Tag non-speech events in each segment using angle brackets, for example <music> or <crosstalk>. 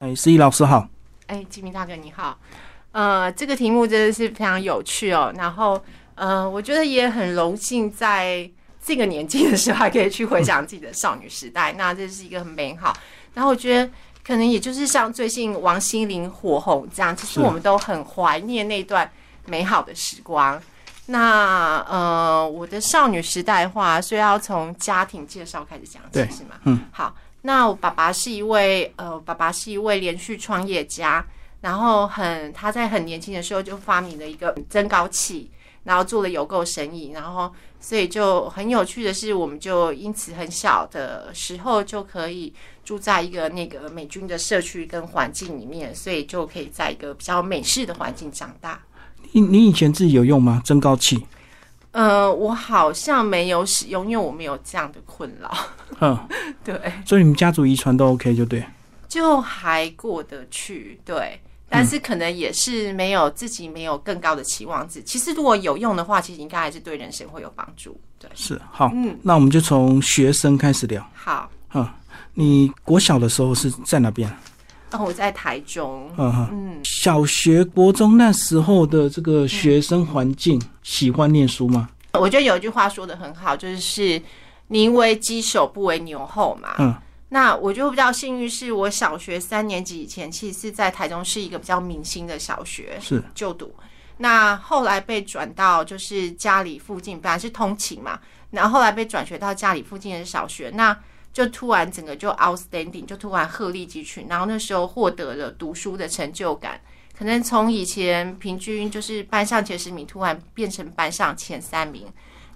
哎，思怡老师好。哎，吉米大哥你好，呃，这个题目真的是非常有趣哦。然后，呃，我觉得也很荣幸在这个年纪的时候还可以去回想自己的少女时代，那这是一个很美好。然后我觉得可能也就是像最近王心凌火红这样，其实是我们都很怀念那段美好的时光。那呃，我的少女时代的话，所以要从家庭介绍开始讲起对，是吗？嗯，好。那我爸爸是一位呃，我爸爸是一位连续创业家，然后很他在很年轻的时候就发明了一个增高器，然后做了邮购生意，然后所以就很有趣的是，我们就因此很小的时候就可以住在一个那个美军的社区跟环境里面，所以就可以在一个比较美式的环境长大。你你以前自己有用吗？增高器？呃，我好像没有使用，因为我没有这样的困扰， <laughs> 嗯，对， <laughs> 所以你们家族遗传都 OK 就对。就还过得去，对。但是可能也是没有自己没有更高的期望值。其实如果有用的话，其实应该还是对人生会有帮助。对，是好，嗯，那我们就从学生开始聊。好。嗯，你国小的时候是在哪边？哦，我在台中，嗯哼，嗯，小学、国中那时候的这个学生环境，喜欢念书吗？我觉得有一句话说的很好，就是“宁为鸡首不为牛后”嘛。嗯，那我就比较幸运，是我小学三年级以前，其实是在台中市一个比较明星的小学，是就读。那后来被转到就是家里附近，本来是通勤嘛，然后后来被转学到家里附近的小学，那就突然整个就 outstanding，就突然鹤立鸡群，然后那时候获得了读书的成就感，可能从以前平均就是班上前十名，突然变成班上前三名，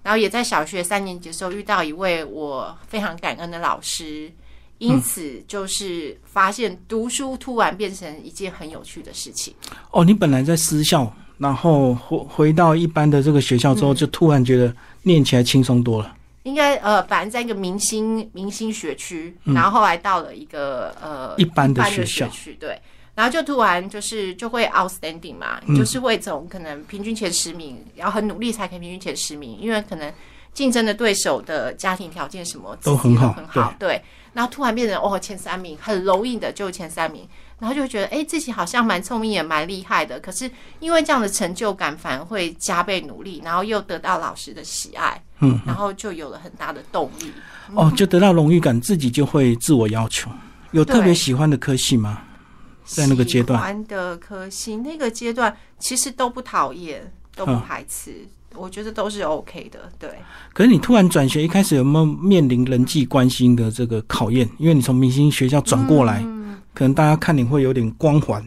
然后也在小学三年级的时候遇到一位我非常感恩的老师。嗯因此，就是发现读书突然变成一件很有趣的事情。哦，你本来在私校，然后回回到一般的这个学校嗯之后，就突然觉得念起来轻松多了。应该呃，反正在一个明星明星学区，然后后来到了一个呃嗯一般的学学校区，对，然后就突然就是就会 outstanding 嘛，嗯就是会从可能平均前十名，然后很努力才可以平均前十名，因为可能竞争的对手的家庭条件什么都很好自己都很好，对，然后突然变成哦前三名，很容易的就前三名。然后就会觉得，哎，自己好像蛮聪明，也蛮厉害的。可是因为这样的成就感，反而会加倍努力，然后又得到老师的喜爱，嗯，然后就有了很大的动力。哦，就得到荣誉感，自己就会自我要求。有特别对喜欢的科系吗？在那个阶段喜欢的科系，那个阶段其实都不讨厌，都不排斥，我觉得都是 OK 的。对，可是你突然转学，一开始有没有面临人际关系的这个考验？因为你从明星学校转过来，嗯可能大家看你会有点光环。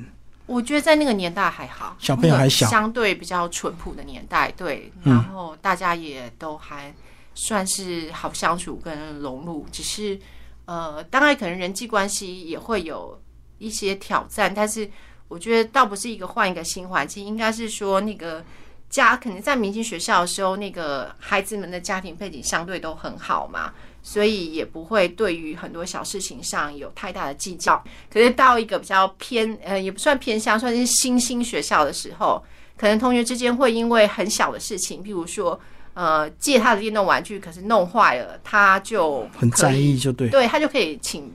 我觉得在那个年代还好，小朋友还小那个相对比较淳朴的年代，对，嗯然后大家也都还算是好相处跟融入，只是呃，当然可能人际关系也会有一些挑战，但是我觉得倒不是一个换一个新环境，应该是说那个。家可能在明星学校的时候，那个孩子们的家庭背景相对都很好嘛，所以也不会对于很多小事情上有太大的计较。可是到一个比较偏，呃，也不算偏乡，算是新兴学校的时候，可能同学之间会因为很小的事情，譬如说，呃，借他的电动玩具，可是弄坏了，他就很可以在意，就对。他就可以请。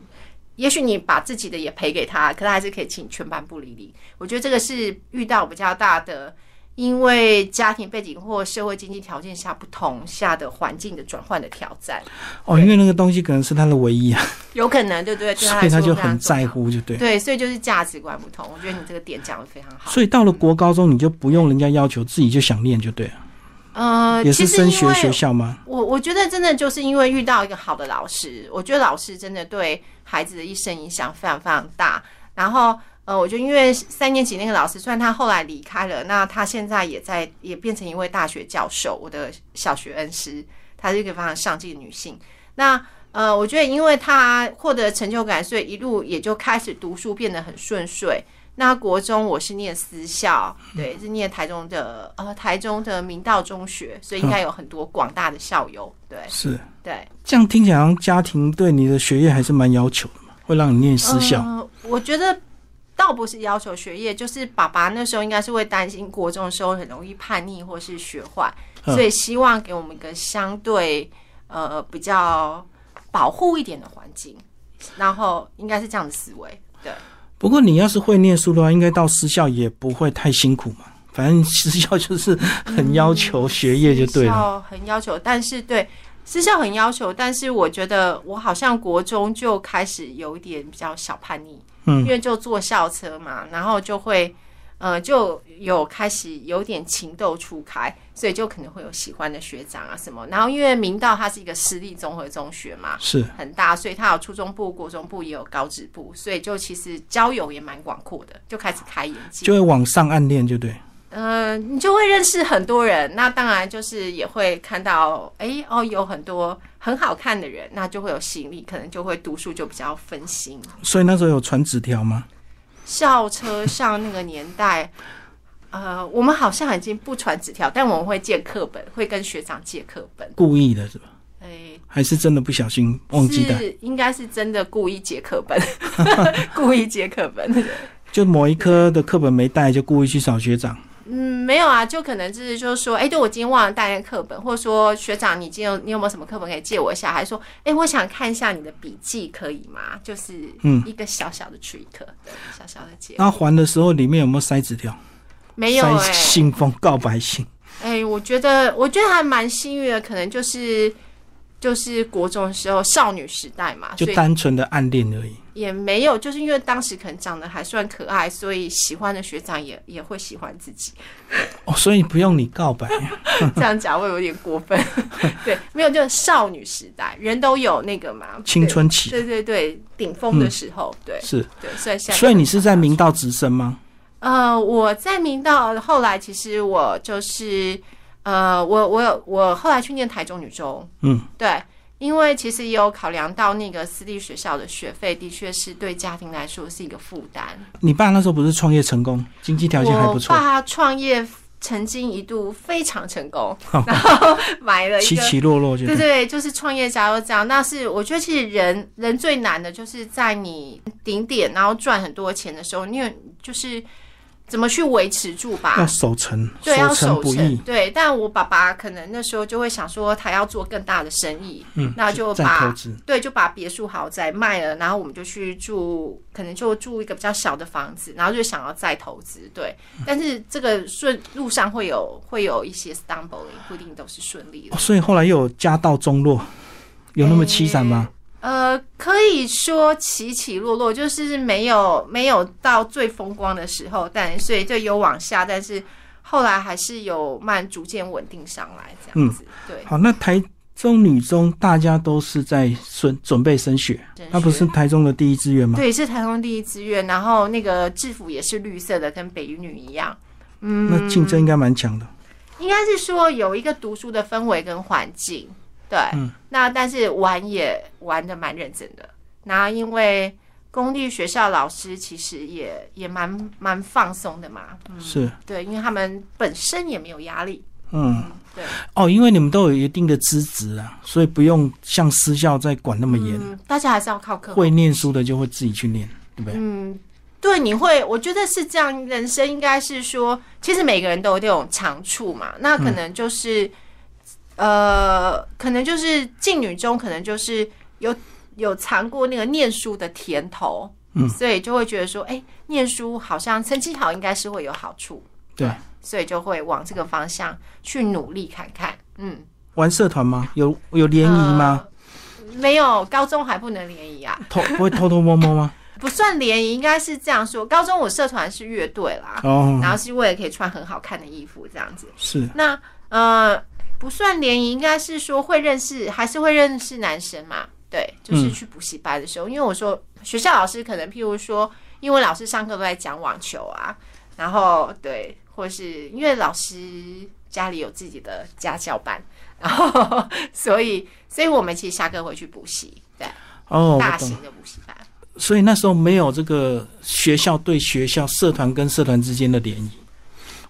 也许你把自己的也赔给他，可他还是可以请全班不理你。我觉得这个是遇到比较大的，因为家庭背景或社会经济条件下不同下的环境的转换的挑战，哦，因为那个东西可能是他的唯一啊，有可能对不对？对所来以他说就非常很重要在乎，就对。对，所以就是价值观不同。我觉得你这个点讲的非常好。所以到了国高中，你就不用人家要求，自己就想念，就对了。呃，也其是实升因学为学校吗？我我觉得真的就是因为遇到一个好的老师，我觉得老师真的对孩子的一生影响非常非常大。然后呃，我就因为三年级那个老师，虽然他后来离开了，那他现在也在也变成一位大学教授，我的小学恩师，她是一个非常上进的女性。那呃，我觉得因为她获得成就感，所以一路也就开始读书变得很顺遂。那国中我是念私校，对，是念台中的呃台中的明道中学，所以应该有很多广大的校友，对是，对。这样听起来好像家庭对你的学业还是蛮要求的嘛，会让你念私校。呃我觉得倒不是要求学业，就是爸爸那时候应该是会担心国中的时候很容易叛逆或是学坏，嗯所以希望给我们一个相对呃比较保护一点的环境，然后应该是这样的思维。对，不过你要是会念书的话，应该到私校也不会太辛苦嘛。反正私校就是很要求学业就对私了。校很要求，但是对私校很要求，但是我觉得我好像国中就开始有一点比较小叛逆，嗯，因为就坐校车嘛，然后就会呃就有开始有点情窦初开，所以就可能会有喜欢的学长啊什么。然后因为明道它是一个私立综合中学嘛，是很大，所以它有初中部、国中部，也有高职部，所以就其实交友也蛮广阔的，就开始开眼界。就会往上暗恋，就对。呃，你就会认识很多人，那当然就是也会看到，哎、哦，有很多很好看的人，那就会有吸引力，可能就会读书就比较分心。所以那时候有传纸条吗？校车上那个年代， <laughs> 呃，我们好像已经不传纸条，但我们会借课本，会跟学长借课本。故意的是吧？哎、还是真的不小心忘记带？是应该是真的故意借课本， <laughs> 故意借课本。就某一科的课本没带，就故意去找学长。嗯，没有啊，就可能就是就是说，哎、对我今天忘了带那个课本，或者说学长，你今天有你有没有什么课本可以借我一下？还说，哎、我想看一下你的笔记，可以吗？就是嗯一个小小的 trick，对小小的借，那还的时候里面有没有塞纸条？没有哎、塞信封、告白信。哎、我觉得我觉得还蛮幸运的，可能就是就是国中的时候少女时代嘛，就所以单纯的暗恋而已。也没有，就是因为当时可能长得还算可爱，所以喜欢的学长也也会喜欢自己。哦，所以不用你告 <laughs> 白，这样讲会有点过分。对，没有，就是少女时代，人都有那个嘛，青春期对。对对对，顶峰的时候，对是。对，所以现在所以你是在明道直升吗？呃，我在明道后来，其实我就是呃，我我有我后来去念台中女中，嗯，对。因为其实也有考量到那个私立学校的学费，的确是对家庭来说是一个负担。你爸那时候不是创业成功，经济条件还不错我，爸创业曾经一度非常成功，哦 <laughs> 然后买 <laughs> 了一起个嗯起落落就对对，就是创业家都这样。那是我觉得，其实人人最难的就是在你顶点，然后赚很多钱的时候，你有就是怎么去维持住要吧。守成，对，要成守不成易。。对，但我爸爸可能那时候就会想说，他要做更大的生意，嗯，那就再把投资。对，就把别墅豪宅卖了，然后我们就去住，可能就住一个比较小的房子，然后就想要再投资，对。但是这个顺路上会有会有一些 stumbling，不一定都是顺利的哦。所以后来又有家道中落，有那么凄惨吗？呃，可以说起起落落，就是没有没有到最风光的时候，但所以就有往下，但是后来还是有慢逐渐稳定上来这样嗯子。对，好，那台中女中大家都是在准准备升学，真那不是台中的第一志愿吗？对，是台中第一志愿，然后那个制服也是绿色的，跟北一女一样。嗯那竞争应该蛮强的。应该是说有一个读书的氛围跟环境，对，嗯那但是玩也玩的蛮认真的。然后因为公立学校老师其实也也蛮蛮放松的嘛，是，对，因为他们本身也没有压力，嗯，对，哦，因为你们都有一定的资质啊，所以不用像私校再管那么严。嗯，大家还是要靠课。会念书的就会自己去念，对不对？嗯，对，你会，我觉得是这样，人生应该是说，其实每个人都有这种长处嘛，那可能就是，嗯呃，可能就是进女中，可能就是有有尝过那个念书的甜头，嗯所以就会觉得说，哎，念书好像成绩好，应该是会有好处，对，所以就会往这个方向去努力看看，嗯。玩社团吗？有有联谊呃吗？没有，高中还不能联谊啊，偷 <laughs> 不会偷偷摸摸 <laughs> 吗？不算联谊，应该是这样说。高中我社团是乐队啦，哦，然后是为了可以穿很好看的衣服这样子。是那呃，不算联谊，应该是说会认识，还是会认识男生嘛？对，就是去补习班的时候，因为我说学校老师可能，譬如说英文老师上课都在讲网球啊，然后对，或是因为老师家里有自己的家教班，然后所以所以我们其实下课会去补习，对，哦，大我懂。型的补习班。所以那时候没有这个学校对学校、社团跟社团之间的联谊。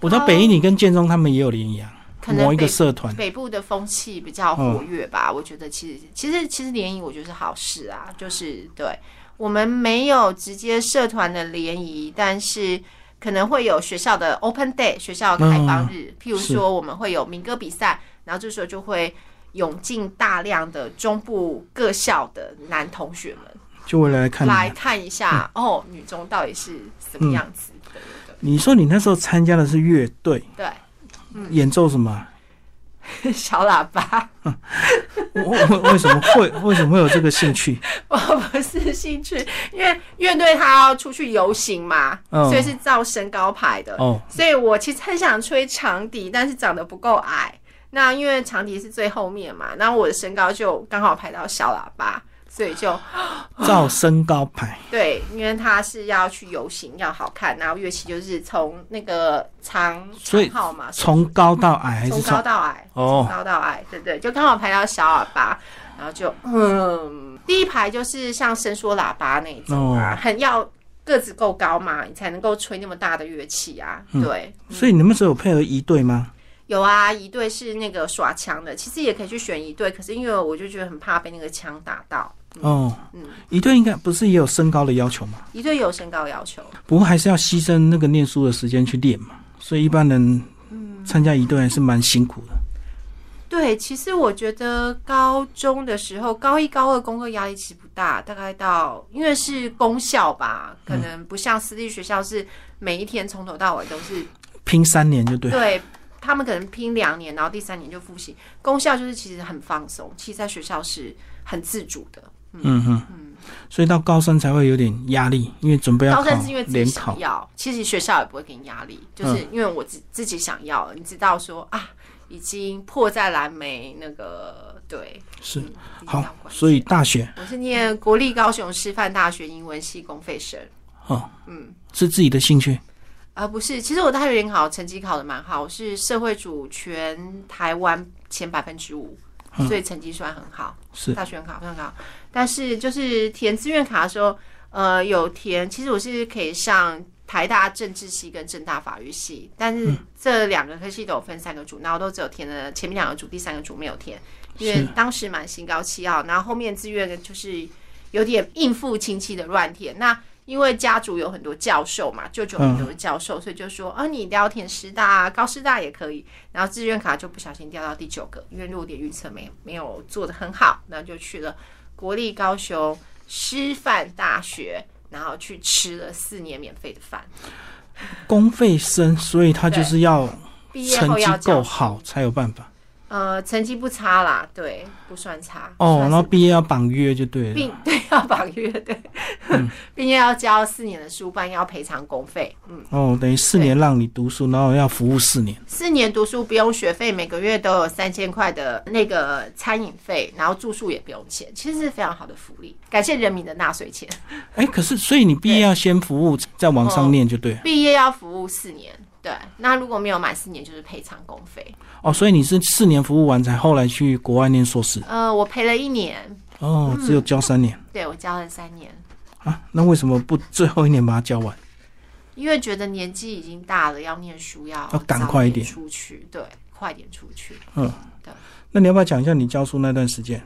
我知道北一女跟建中他们也有联谊啊，哦可能某一个北社团。北部的风气比较嗯活跃吧，我觉得其实其实其实联谊我觉得是好事啊，就是对我们没有直接社团的联谊，但是可能会有学校的 open day 学校开放日，譬嗯如是说我们会有民歌比赛，然后这时候就会涌进大量的中部各校的男同学们，就为了来看你嗯来啊。看一下、哦，女中到底是什么样子的？你说你那时候参加的是乐队，对嗯演奏什么啊？对 <laughs> 对，小喇叭，我我为什么会为什么会有这个兴趣？ <laughs> 我不是兴趣，因为乐队他要出去游行嘛，嗯所以是照身高排的。哦，所以我其实很想吹长笛，但是长得不够矮。那因为长笛是最后面嘛，那我的身高就刚好排到小喇叭，所以就照身高排，对，因为他是要去游行要好看，然后乐器就是从那个长所以长号嘛，从高到矮还啊从是高从到矮，哦从高到矮，对对，就刚好排到小喇叭，然后就嗯，第一排就是像伸缩喇叭那一种啊，哦很要个子够高嘛，你才能够吹那么大的乐器啊，嗯对，所以你们那时候有配合一队吗？有啊，一队是那个耍枪的，其实也可以去选一队，可是因为我就觉得很怕被那个枪打到。哦，嗯一队应该不是也有身高的要求吗？一队有身高要求，不过还是要牺牲那个念书的时间去练嘛。所以一般人参加一队还是蛮辛苦的。对，其实我觉得高中的时候，高一高二功课压力其实不大，大概到因为是公校吧，可嗯能不像私立学校是每一天从头到尾都是拼三年 <laughs> 就对了，对他们可能拼两年，然后第三年就复习。公校就是其实很放松，其实在学校是很自主的，嗯哼，所以到高三才会有点压力，因为准备要高考三是因为自己联考嗯想。要，其实学校也不会给你压力，就是因为我自自己想要了，你知道说啊，已经迫在蓝莓那个对，是嗯一定要好，管所以大学我是念国立高雄师范大学英文系公费生，哦嗯，是自己的兴趣而、不是，其实我大学联考成绩考的蛮好，我是社会组全台湾前百分之五，所以成绩算很好。是大学考非常好，啊但是就是填志愿卡的时候，呃，有填，其实我是可以上台大政治系跟政大法律系，但是这两个科系都有分三个组，然后都只有填了前面两个组，第三个组没有填，因为当时蛮心高气傲，然后后面志愿就是有点应付亲戚的乱填，那。因为家族有很多教授嘛，舅舅很多教授，所以就说啊，你一定要填师大、啊、高师大也可以。然后志愿卡就不小心掉到第九个，因为弱点预测没没有做得很好，那就去了国立高雄师范大学，然后去吃了四年免费的饭。公费生，所以他就是要毕业成后绩要教够书，好才有办法。呃，成绩不差啦，对，不算差。哦，算然是后毕业要绑约就对了。并 <laughs> 对要绑约对，嗯 <laughs> 并且要交四年的书，不然要赔偿公费。嗯，哦，等于四年让你读书，然后要服务四年。四年读书不用学费，每个月都有三千块的那个餐饮费，然后住宿也不用钱，其实是非常好的福利。感谢人民的纳税钱。哎，可是所以你毕业要先服务，再往哦上念就对了。毕业要服务四年，对。那如果没有满四年，就是赔偿公费。哦，所以你是四年服务完才后来去国外念硕士。呃，我赔了一年，哦，只有教三年对我交了三年，啊？那为什么不最后一年把它教完？因为觉得年纪已经大了，要念书要要赶快一点早出去，对，快点出去。那你要不要讲一下你教书那段时间？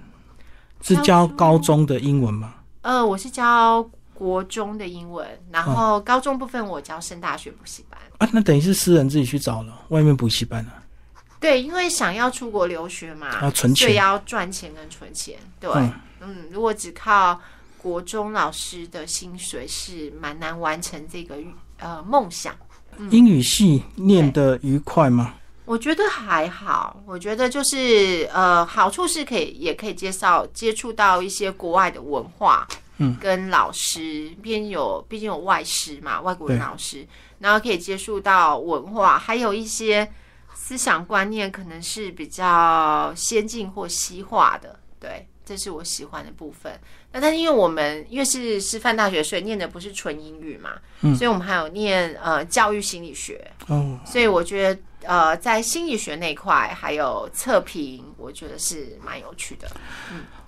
是教教书高中的英文吗？呃，我是教国中的英文，然后高中部分我教升大学补习班。啊，那等于是私人自己去找了，外面补习班啊。对，因为想要出国留学嘛，要存钱所以要赚钱跟存钱。对，嗯嗯如果只靠国中老师的薪水是蛮难完成这个呃梦想。嗯英语系念得愉快吗？我觉得还好，我觉得就是呃，好处是可以也可以介绍接触到一些国外的文化，嗯，跟老师，毕竟有毕竟有外师嘛，外国人对老师，然后可以接触到文化，还有一些思想观念可能是比较先进或西化的，对，这是我喜欢的部分。那但是因为我们因为是师范大学，所以念的不是纯英语嘛，所以我们还有念呃教育心理学，哦，所以我觉得，呃，在心理学那一块还有测评，我觉得是蛮有趣的。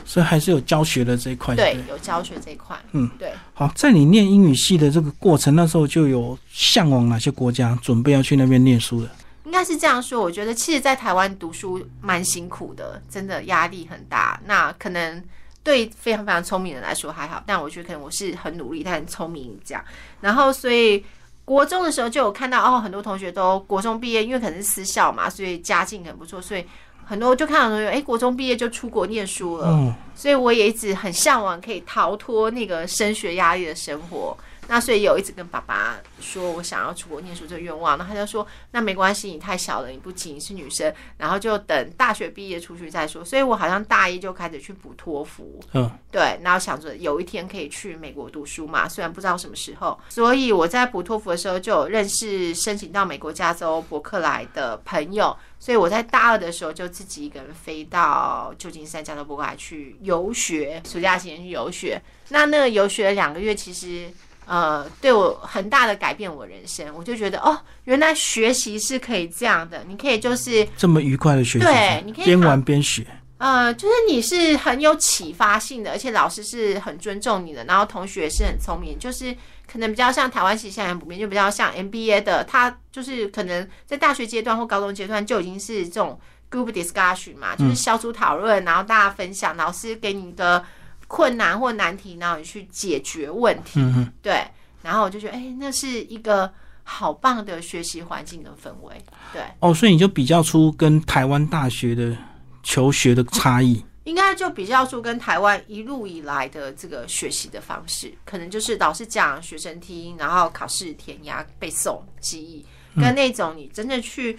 所以还是有教学的这一块。对，有教学这一块，嗯，对。好，在你念英语系的这个过程，那时候就有向往哪些国家，准备要去那边念书的？应该是这样说，我觉得其实，在台湾读书蛮辛苦的，真的压力很大。那可能对非常非常聪明人来说还好，但我觉得可能我是很努力，但很聪明这样。然后，所以国中的时候就有看到哦，很多同学都国中毕业，因为可能是私校嘛，所以家境很不错，所以很多就看到同学哎，国中毕业就出国念书了。嗯，所以我也一直很向往可以逃脱那个升学压力的生活。那所以有一直跟爸爸说我想要出国念书这个愿望，然后他就说那没关系，你太小了，你不急，你是女生，然后就等大学毕业出去再说。所以我好像大一就开始去补托福，嗯，对，然后想着有一天可以去美国读书嘛，虽然不知道什么时候。所以我在补托福的时候就有认识申请到美国加州伯克莱的朋友，所以我在大二的时候就自己一个人飞到旧金山加州伯克莱去游学，暑假期间去游学。那那个游学两个月，其实呃对我很大的改变我人生，我就觉得哦，原来学习是可以这样的，你可以就是这么愉快的学习对你可以边玩边学，呃，就是你是很有启发性的，而且老师是很尊重你的，然后同学也是很聪明，就是可能比较像台湾系现在很普遍，就比较像 MBA 的，他就是可能在大学阶段或高中阶段就已经是这种 group discussion 嘛，就是小组讨论，然后大家分享，老师给你一个困难或难题，然后你去解决问题，嗯嗯，对，然后我就觉得，哎、那是一个好棒的学习环境跟氛围，对。哦，所以你就比较出跟台湾大学的求学的差异，应该就比较出跟台湾一路以来的这个学习的方式，可能就是老师讲，学生听，然后考试填鸭背诵记忆，跟那种你真正去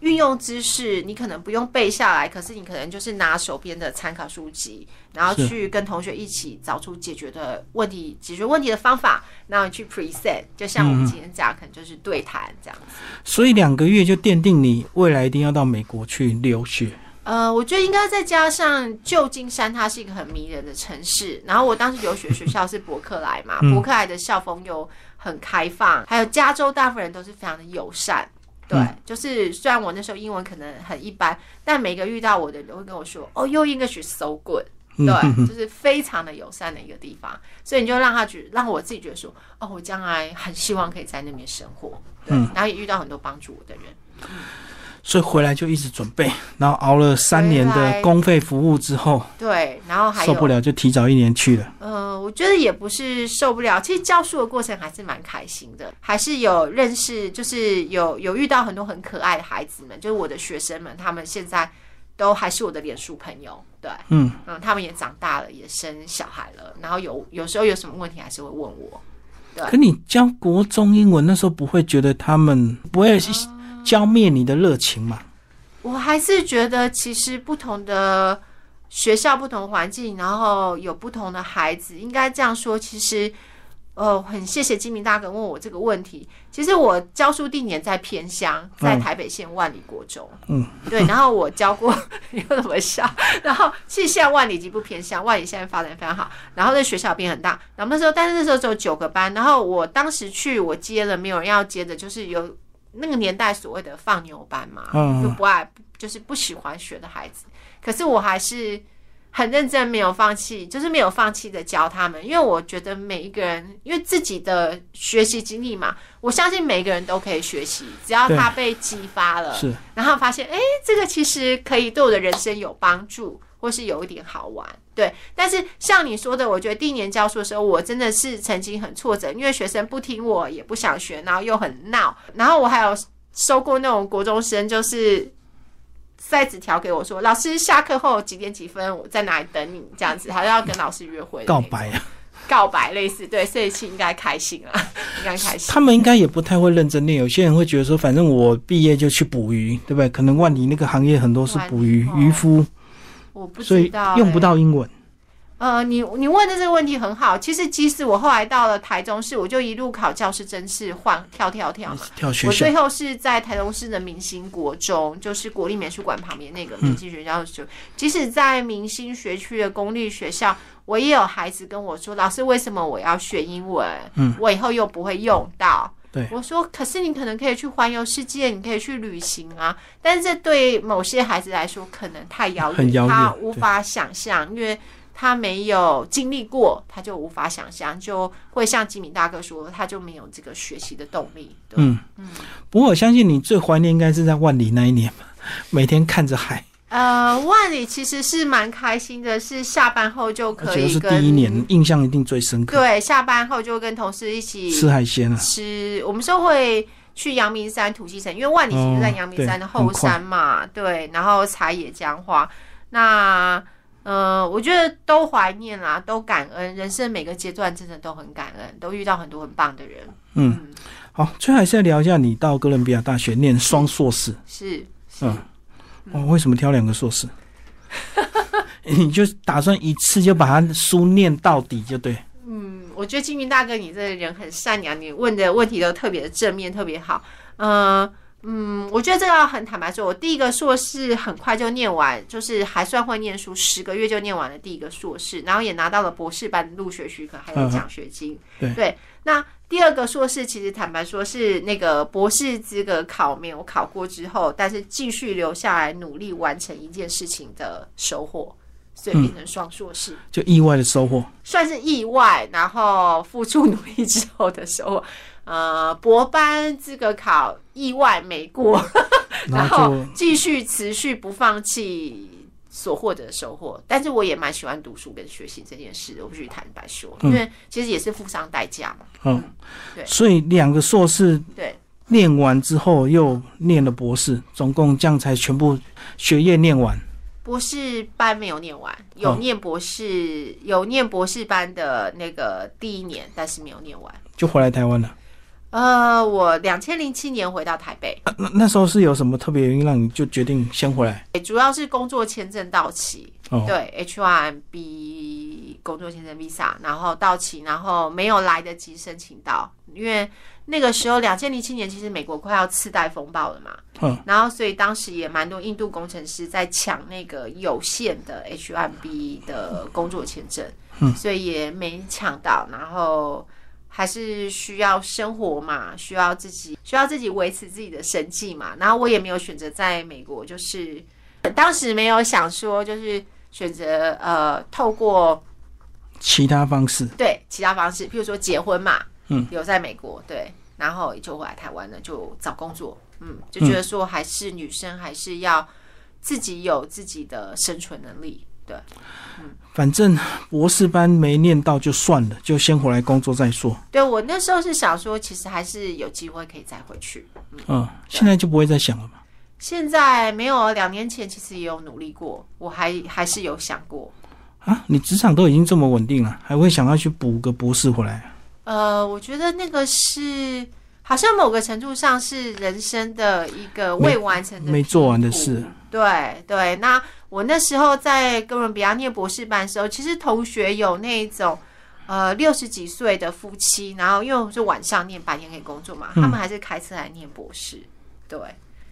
运用知识，你可能不用背下来，可是你可能就是拿手边的参考书籍，然后是去跟同学一起找出解决的问题、解决问题的方法，然后你去 present，就像我们今天这样，可能就是对谈这样。所以两个月就奠定你未来一定要到美国去留学。呃，我觉得应该再加上旧金山，它是一个很迷人的城市。然后我当时留学学校是伯克莱嘛，伯克莱的校风又很开放，还有加州大部分人都是非常的友善。对，就是虽然我那时候英文可能很一般，但每个遇到我的人都会跟我说：“哦、y o u English is so good。”嗯对，就是非常的友善的一个地方，所以你就让他觉，让我自己觉得说，哦，我将来很希望可以在那边生活，对，然后也遇到很多帮助我的人，所以回来就一直准备，然后熬了三年回来的公费服务之后，对，然哦后还有受不了就提早一年去了。呃，我觉得也不是受不了，其实教书的过程还是蛮开心的，还是有认识，就是有有遇到很多很可爱的孩子们，就是我的学生们，他们现在都还是我的脸书朋友，对，嗯嗯，他们也长大了，也生小孩了，然后有有时候有什么问题还是会问我，对可你教国中英文那时候不会觉得他们不会浇灭你的热情嘛？我还是觉得其实不同的学校、不同环境，然后有不同的孩子，应该这样说，其实。呃，很谢谢金明大哥问我这个问题。其实我教书地点在偏乡，在嗯台北县万里国中。嗯，对。然后我教过， <laughs> 你为什么笑？然后其实现在万里已经不偏乡，万里现在发展非常好。然后那学校变很大。然后那时候，但是那时候只有九个班。然后我当时去，我接了没有人要接的，就是有那个年代所谓的放牛班嘛，嗯就不爱，就是不喜欢学的孩子。可是我还是很认真，没有放弃，就是没有放弃的教他们，因为我觉得每一个人，因为自己的学习经历嘛，我相信每一个人都可以学习，只要他被激发了，是，然后发现，哎，这个其实可以对我的人生有帮助，或是有一点好玩，对。但是像你说的，我觉得第一年教书的时候，我真的是曾经很挫折，因为学生不听我，也不想学，然后又很闹，然后我还有收过那种国中生，就是塞纸条给我说，老师下课后几点几分，我在哪里等你，这样子，还要跟老师约会的那告种，白啊，告白类似，对，所以是应该开心啦，应该开心。他们应该也不太会认真念。有些人会觉得说，反正我毕业就去捕鱼，对不对？可能万里那个行业很多是捕鱼万里哦渔夫，我不所知以道、 <laughs> 用不欸到英文。呃，你你问的这个问题很好。其实，即使我后来到了台中市，我就一路考教师真试，换跳跳跳嘛。跳学我校最后是在台中市的明星国中，就是国立美术馆旁边那嗯个明星学校学。即使在明星学区的公立学校，我也有孩子跟我说：“老师，为什么我要学英文？嗯，我以后又不会用到。”对我说：“可是你可能可以去环游世界，你可以去旅行啊。但是这对某些孩子来说，可能太遥很遥远他无法想象，因为他没有经历过，他就无法想象，就会像吉米大哥说，他就没有这个学习的动力。对，嗯，不过我相信你最怀念应该是在万里那一年吧，每天看着海，呃，万里其实是蛮开心的，是下班后就而可且又以是跟第一年，印象一定最深刻。对，下班后就跟同事一起吃海鲜啊，吃，我们是会去阳明山、土溪城，因为万里其实在阳明哦山的后山嘛，对，然后采野姜花。那呃，我觉得都怀念啦，都感恩，人生每个阶段真的都很感恩，都遇到很多很棒的人。嗯，好，最后还是要聊一下你到哥伦比亚大学念双硕士，是，是嗯，哦，为什么挑两个硕士？ <laughs> 你就打算一次就把它书念到底就对，嗯，我觉得金云大哥，你这个人很善良，你问的问题都特别的正面，特别好。嗯嗯，我觉得这个要很坦白说，我第一个硕士很快就念完，就是还算会念书，十个月就念完了第一个硕士，然后也拿到了博士班入学许可，还有奖学金。嗯对，那第二个硕士其实坦白说是那个博士资格考没有考过之后，但是继续留下来努力完成一件事情的收获，所以变成双硕士。就意外的收 <laughs> 获。算是意外，然后付出努力之后的时候， <laughs> 呃，博班资格考意外没过，然然后就后继续持续不放弃所获得的收获。但是我也蛮喜欢读书跟学习这件事的，我必须坦白说，因为其实也是付上代价嘛。嗯对，所以两个硕士对，念完之后又念了博士，总共这样才全部学业念完。博士班没有念完，有哦念博士，有念博士班的那个第一年，但是没有念完。就回来台湾了。呃，我两千零七年回到台北。啊那那时候是有什么特别原因让你就决定先回来？欸主要是工作签证到期，哦对 H1B 工作签证 visa，然后到期，然后没有来得及申请到，因为那个时候两千零七年，其实美国快要次贷风暴了嘛，嗯，然后所以当时也蛮多印度工程师在抢那个有限的 H1B 的工作签证，所以也没抢到，然后。还是需要生活嘛，需要自己需要自己维持自己的生计嘛。然后我也没有选择在美国，就是当时没有想说就是选择呃透过其他方式对其他方式，譬如说结婚嘛，嗯，留在美国对，然后也就回来台湾了，就找工作，嗯，就觉得说还是女生还是要自己有自己的生存能力，对，反正博士班没念到就算了，就先回来工作再说。对我那时候是想说，其实还是有机会可以再回去。嗯，现在就不会再想了嘛。现在没有，两年前其实也有努力过，我还 <laughs> 还是有想过。啊，你职场都已经这么稳定了，还会想要去补个博士回来？啊呃，我觉得那个是好像某个程度上是人生的一个没未完成的没做完的拼事图。对对，那我那时候在哥伦比亚念博士班的时候，其实同学有那种。呃，六十几岁的夫妻，然后因为我们是晚上念，白天可以工作嘛，他们还是开车来念博士，对，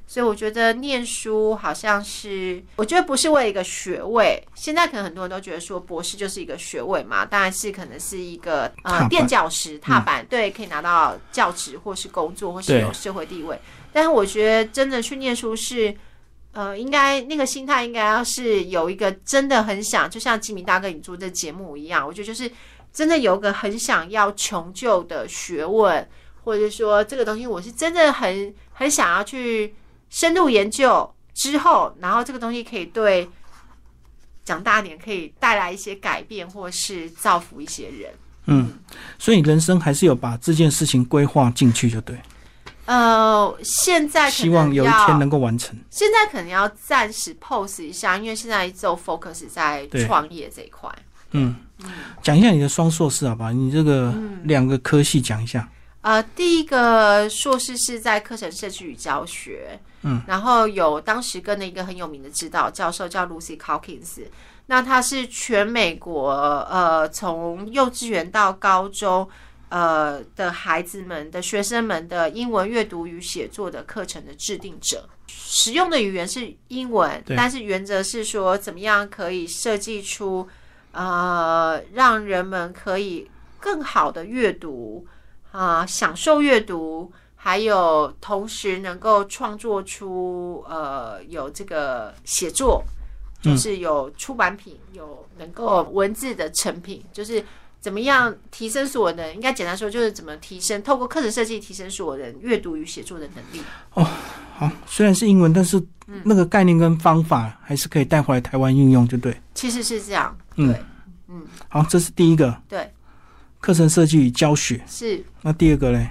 所以我觉得念书好像是，我觉得不是为了一个学位，现在可能很多人都觉得说博士就是一个学位嘛，当然是可能是一个踏呃板垫脚石、踏板，对，可以拿到教职或是工作或是对有社会地位，但是我觉得真的去念书是呃，应该那个心态应该要是有一个真的很想，就像吉米大哥你做这节目一样，我觉得就是真的有一个很想要穷究的学问，或者说这个东西我是真的很很想要去深入研究之后，然后这个东西可以对长大一点可以带来一些改变，或是造福一些人。所以人生还是有把这件事情规划进去就对，呃，现在可希望有一要天能够完成。现在可能要暂时 pose 一下，因为现在就 focus 在对创业这一块。嗯，讲一下你的双硕士好吧？你这个嗯两个科系讲一下。呃，第一个硕士是在课程设计与教学，嗯，然后有当时跟了一个很有名的指导教授叫 Lucy Calkins，那他是全美国呃从幼稚园到高中呃的孩子们的学生们的英文阅读与写作的课程的制定者。使用的语言是英文，对但是原则是说怎么样可以设计出呃让人们可以更好的阅读，啊、享受阅读，还有同时能够创作出呃有这个写作，嗯就是有出版品，有能够文字的成品，就是怎么样提升所有人，应该简单说就是怎么提升，透过课程设计提升所有人阅读与写作的能力。好，虽然是英文，但是嗯那个概念跟方法还是可以带回来台湾运用，就对。其实是这样，嗯对好，这是第一个对课程设计与教学。是。那第二个嘞，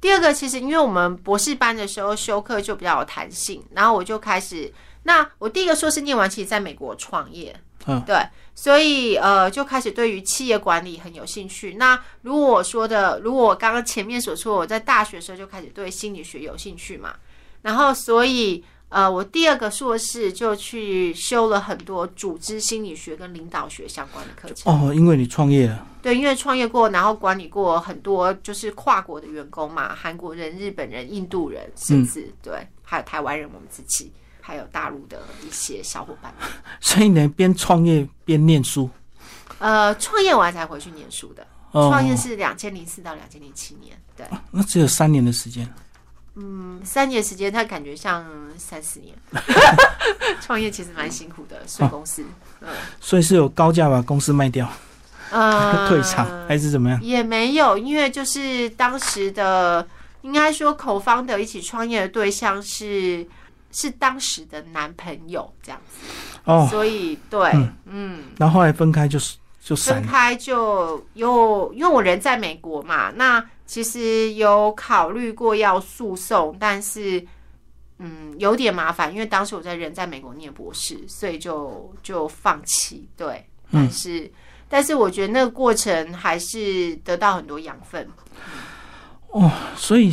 第二个，其实因为我们博士班的时候修课就比较有弹性，然后我就开始。那我第一个硕士念完，其实在美国创业，嗯，对，所以呃就开始对于企业管理很有兴趣。那如果我说的，如果我刚刚前面所说，我在大学的时候就开始对心理学有兴趣嘛，然后所以呃我第二个硕士就去修了很多组织心理学跟领导学相关的课程。哦，因为你创业了，对，因为创业过，然后管理过很多就是跨国的员工嘛，韩国人、日本人、印度人，甚至、对，还有台湾人，我们自己，还有大陆的一些小伙伴。所以呢，边创业边念书。呃，创业完才回去念书的，哦，创业是两千零四到两千零七年，对，那只有三年的时间。嗯，三年时间，他感觉像三 <laughs> 四年。创业其实蛮辛苦的，睡 <laughs> 公司，所以是有高价把公司卖掉、<laughs> 呃，退场，还是怎么样？也没有，因为就是当时的，应该说口方的一起创业的对象是是当时的男朋友这样子，哦，所以对，然后后来分开就是就散分了。开就又因为我人在美国嘛，那其实有考虑过要诉讼，但是嗯有点麻烦，因为当时我在人在美国念博士，所以就就放弃。对，嗯但是、但是我觉得那个过程还是得到很多养分。所以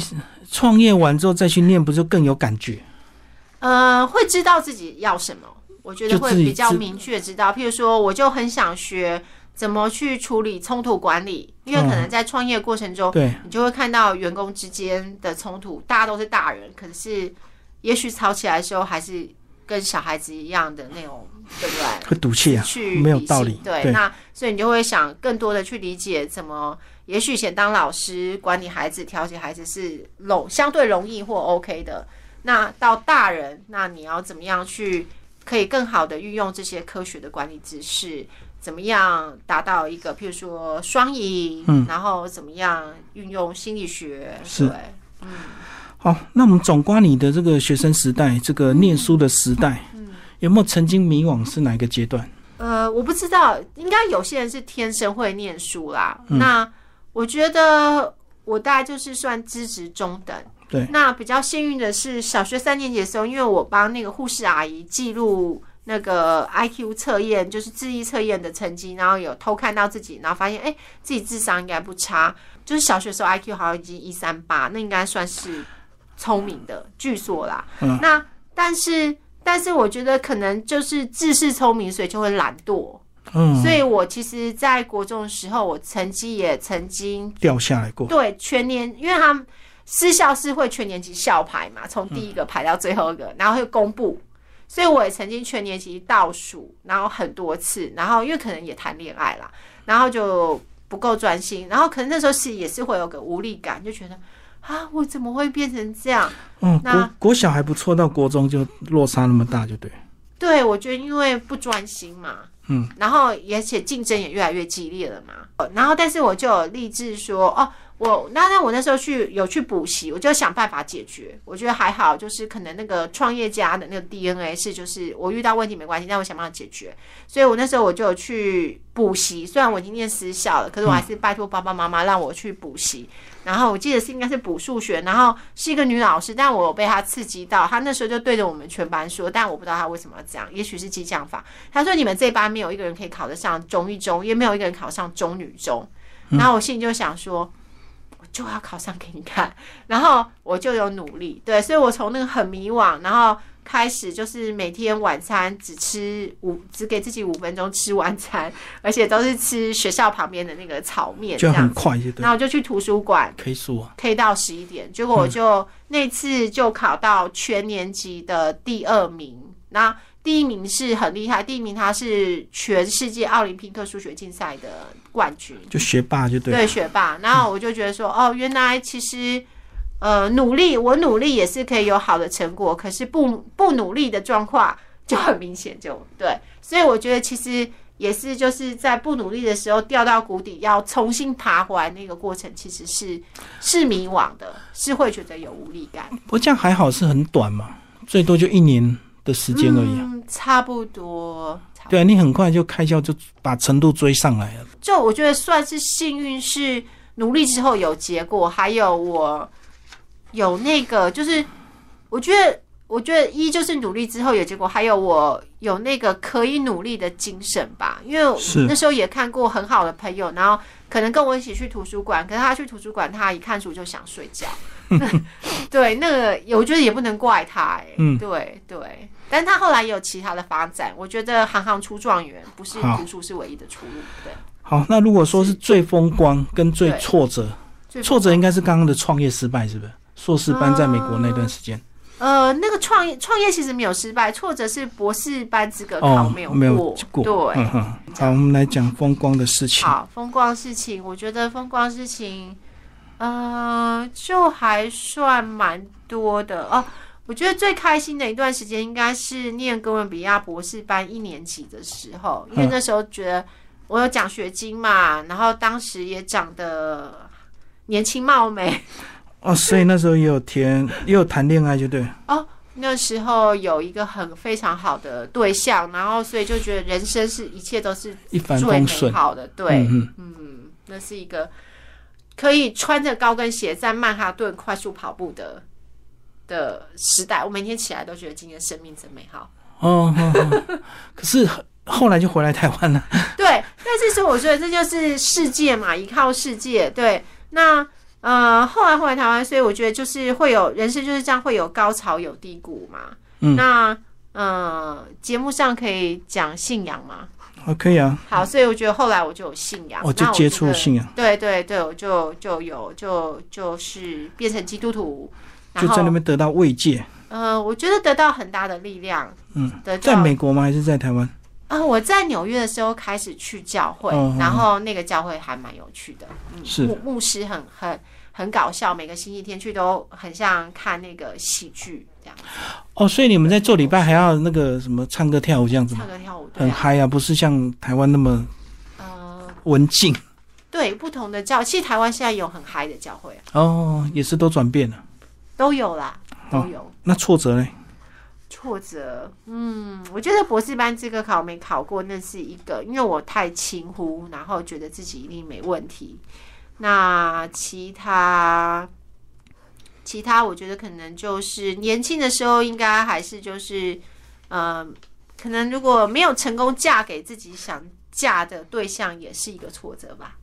创业完之后再去念，不就更有感觉？呃，会知道自己要什么，我觉得就会自己比较知明确知道。譬如说，我就很想学怎么去处理冲突管理，因为可嗯能在创业过程中，对，你就会看到员工之间的冲突，大家都是大人，可是也许吵起来的时候还是跟小孩子一样的那种，对不对？会赌气啊，去没有理道性理对，对那所以你就会想更多的去理解怎么，也许以前当老师管理孩子、调节孩子是容相对容易或 OK 的，那到大人，那你要怎么样去可以更好的运用这些科学的管理知识？怎么样达到一个，譬如说双赢，然后怎么样运用心理学？嗯是对，好，那我们总观你的这个学生时代，这个念书的时代，嗯有没有曾经迷惘是哪一个阶段？呃，我不知道，应该有些人是天生会念书啦。那我觉得我大概就是算资质中等。对，那比较幸运的是，小学三年级的时候，因为我帮那个护士阿姨记录那个 IQ 测验，就是智力测验的成绩，然后有偷看到自己，然后发现哎、诶自己智商应该不差，就是小学的时候 IQ 好像已经一三八，那应该算是聪明的，据说啦。嗯那但是但是我觉得可能就是自恃聪明，所以就会懒惰。嗯，所以我其实，在国中的时候，我成绩也曾经掉下来过，对，全年，因为他们私校是会全年级校排嘛，从第一个排到最后一个，然后会公布。所以我也曾经全年级倒数，然后很多次，然后因为可能也谈恋爱啦，然后就不够专心，然后可能那时候是也是会有个无力感，就觉得啊，我怎么会变成这样？嗯，那国国小还不错，到国中就落差那么大，就对。对，我觉得因为不专心嘛，嗯，然后而且竞争也越来越激烈了嘛，呃然后但是我就有立志说，哦，我那那我那时候去有去补习，我就想办法解决。我觉得还好，就是可能那个创业家的那个 DNA 是，就是我遇到问题没关系，但我想办法解决。所以我那时候我就有去补习，虽然我已经念私校了，可是我还是拜托爸爸妈妈让我去补习。然后我记得是应该是补数学，然后是一个女老师，但我有被她刺激到，她那时候就对着我们全班说，但我不知道她为什么要这样，也许是激将法。她说你们这班没有一个人可以考得上中一中，也没有一个人考上中女中。嗯然后我心里就想说，我就要考上给你看，然后我就有努力，对，所以我从那个很迷惘，然后开始就是每天晚餐只吃五，只给自己五分钟吃晚餐，而且都是吃学校旁边的那个炒面这就样很子。快，就对。然后我就去图书馆。 K 数啊，可以到十一点，结果我就、那次就考到全年级的第二名。那第一名是很厉害，第一名他是全世界奥林匹克数学竞赛的冠军，就学霸就对。嗯对学霸。然后我就觉得说，哦，原来其实呃努力，我努力也是可以有好的成果，可是不不努力的状况就很明显就对。所以我觉得其实也是就是在不努力的时候掉到谷底，要重新爬回来那个过程，其实是是迷惘的，是会觉得有无力感。不过这样还好，是很短嘛，最多就一年的时间而已、啊。嗯，差不多。差不多对啊，你很快就开销就把程度追上来了。就我觉得算是幸运，是努力之后有结果，还有我有那个，就是我觉得，我觉得一就是努力之后有结果，还有我有那个可以努力的精神吧。因为我是那时候也看过很好的朋友，然后可能跟我一起去图书馆，可是他去图书馆，他一看书就想睡 <laughs> 觉。对，那个也我觉得也不能怪他、欸，嗯对对，但他后来也有其他的发展，我觉得行行出状元，不是好读书是唯一的出路，对。好，那如果说是最风光跟最对挫折，最挫折应该是刚刚的创业失败，是不是？硕士班在美国那段时间，呃，那个创业创业其实没有失败，挫折是博士班资格嗯考哦没，没有过，过。对，嗯哼。好，我们来讲风光的事情。好，风光事情，我觉得风光事情，呃，就还算蛮多的哦。我觉得最开心的一段时间应该是念哥伦比亚博士班一年级的时候，因为嗯那时候觉得我有奖学金嘛，然后当时也长得年轻貌美，哦，所以那时候也有填，也有谈恋爱，就对。那时候有一个很非常好的对象，然后所以就觉得人生是一切都是一帆最风美顺。好的。对，嗯嗯，那是一个可以穿着高跟鞋在曼哈顿快速跑步的的时代。我每天起来都觉得今天生命真美好。哦哦哦 <laughs> 可是后来就回来台湾了。 <laughs> <laughs> 对，但是说我觉得这就是世界嘛，依靠世界。对，那呃，后来回来台湾，所以我觉得就是会有人生就是这样，会有高潮有低谷嘛。嗯那呃，节目上可以讲信仰嘛？哦，可以啊，好，所以我觉得后来我就有信仰，哦我就那接触啊觉得信仰，对对对，我就就有就就是变成基督徒，然就在那后边得到慰藉。呃，我觉得得到很大的力量，嗯，得到在美国吗？还是在台湾？啊、我在纽约的时候开始去教会，嗯嗯嗯然后那个教会还蛮有趣的，嗯，是牧牧师很很很搞笑，每个星期天去都很像看那个喜剧这样，哦，所以你们在做礼拜还要那个什么唱歌跳舞这样子吗？唱歌跳舞对很啊，嗨啊，不是像台湾那么呃，文静。对，不同的教，其实台湾现在有很嗨的教会啊，哦，也是都转变了。都有啦，哦都有。那挫折嘞？挫折，嗯，我觉得博士班资格考没考过，那是一个，因为我太轻忽，然后觉得自己一定没问题。那其他，其他我觉得可能就是年轻的时候，应该还是就是，呃，可能如果没有成功嫁给自己想嫁的对象，也是一个挫折吧。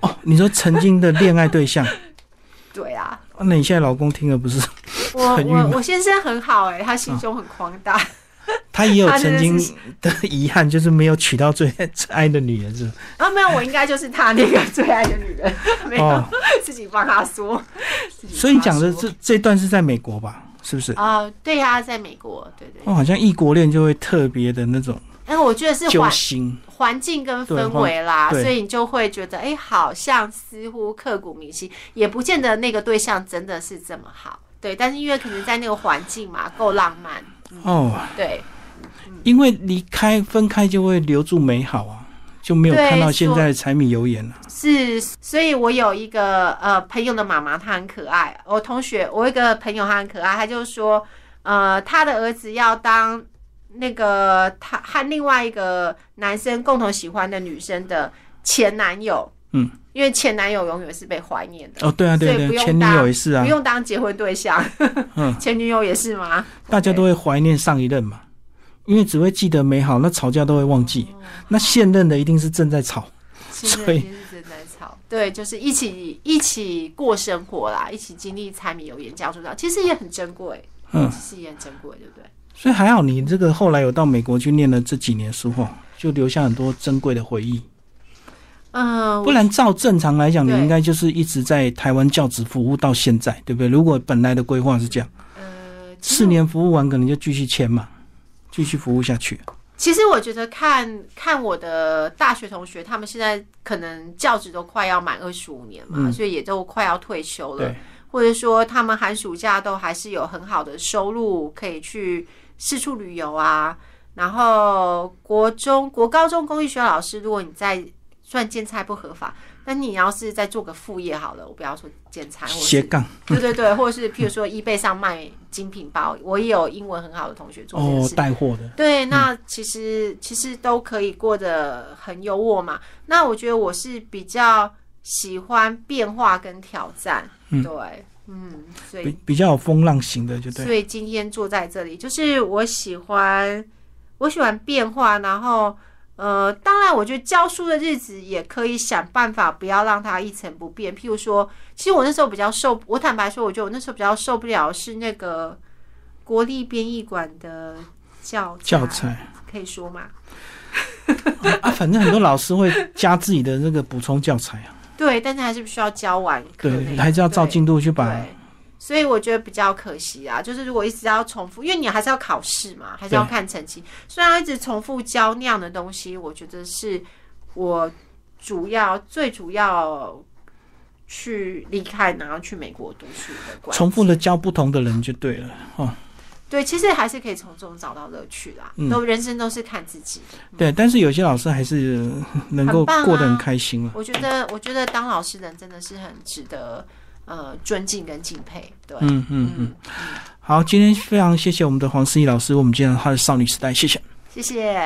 哦，你说曾经的恋爱对象， <laughs> 对啊，啊那你现在老公听了不是？ <laughs> 我很郁我闷我先生很好哎、他心胸很宽大，他也有他真曾的经是的遗憾，就是没有娶到最 <laughs> 最爱的女人，是吧？啊，没有，我应该就是他那个最爱的 <laughs> 女人，没有、哦自己帮他说。自己帮他说所以你讲的这这段是在美国吧？是不是？啊、对呀、在美国，对对哦，好像异国恋就会特别的那种但是我觉得是揪环心，环境跟对氛围啦，对所以你就会觉得，哎，好像似乎刻骨铭心，也不见得那个对象真的是这么好。对，但是因为可能在那个环境嘛，够浪漫，哦，对，因为离开分开就会留住美好啊，就没有对看到现在的柴米油盐了、是，所以我有一个呃朋友的妈妈，她很可爱。我同学，我有一个朋友，她很可爱，她就说，呃，她的儿子要当那个她和另外一个男生共同喜欢的女生的前男友。嗯，因为前男友永远是被怀念的，哦，对啊，对啊所以不对啊，用前女友也是啊嗯不，用当结婚对象。 <laughs> 前女友也是吗？大家都会怀念上一任嘛，因为只会记得美好，那吵架都会忘记。那现任的一定是正在吵，现在所以也是正在吵，对，就是一起一起过生活啦，一起经历柴米油盐酱醋茶，其实也很珍贵，嗯其实也很珍贵，对不对？所以还好你这个后来有到美国去念了这几年书后，就留下很多珍贵的回忆。嗯，不然照正常来讲，你对应该就是一直在台湾教职服务到现在，对不对？如果本来的规划是这样，呃，其实四年服务完可能就继续签嘛，继续服务下去。其实我觉得看看我的大学同学，他们现在可能教职都快要满二十五年嘛，所以也都快要退休了对，或者说他们寒暑假都还是有很好的收入，可以去四处旅游啊。然后国中、国高中公益学校老师，如果你在虽然兼差不合法，但你要是再做个副业好了，我不要说兼差，或斜杠对对对，或者是譬如说 eBay 上卖精品包，我也有英文很好的同学做这件哦事。，带货的，对，那其实、其实都可以过得很优渥嘛。那我觉得我是比较喜欢变化跟挑战，对，嗯，所以比比较有风浪型的，就对。所以今天坐在这里，就是我喜欢，我喜欢变化，然后呃，当然，我觉得教书的日子也可以想办法不要让它一成不变。譬如说，其实我那时候比较受，我坦白说，我觉得我那时候比较受不了是那个国立编译馆的教材教材可以说吗？啊，反正很多老师会加自己的那个补充教 <laughs> 材啊，对，但是还是必须要教完课内对，容，还是要照对进度去把对，所以我觉得比较可惜啊，就是如果一直要重复，因为你还是要考试嘛，还是要看成绩。虽然一直重复教那样的东西，我觉得是我主要最主要去离开，然后去美国读书的关。重复的教不同的人就对了。哦对，其实还是可以从中找到乐趣啦。嗯都人生都是看自己的。对，但是有些老师还是呃能够很棒啊过得很开心了。我觉得，我觉得当老师人真的是很值得呃尊敬跟敬佩。对，嗯嗯嗯。好，今天非常谢谢我们的黄思怡老师，我们今天她的少女时代，谢谢。谢谢。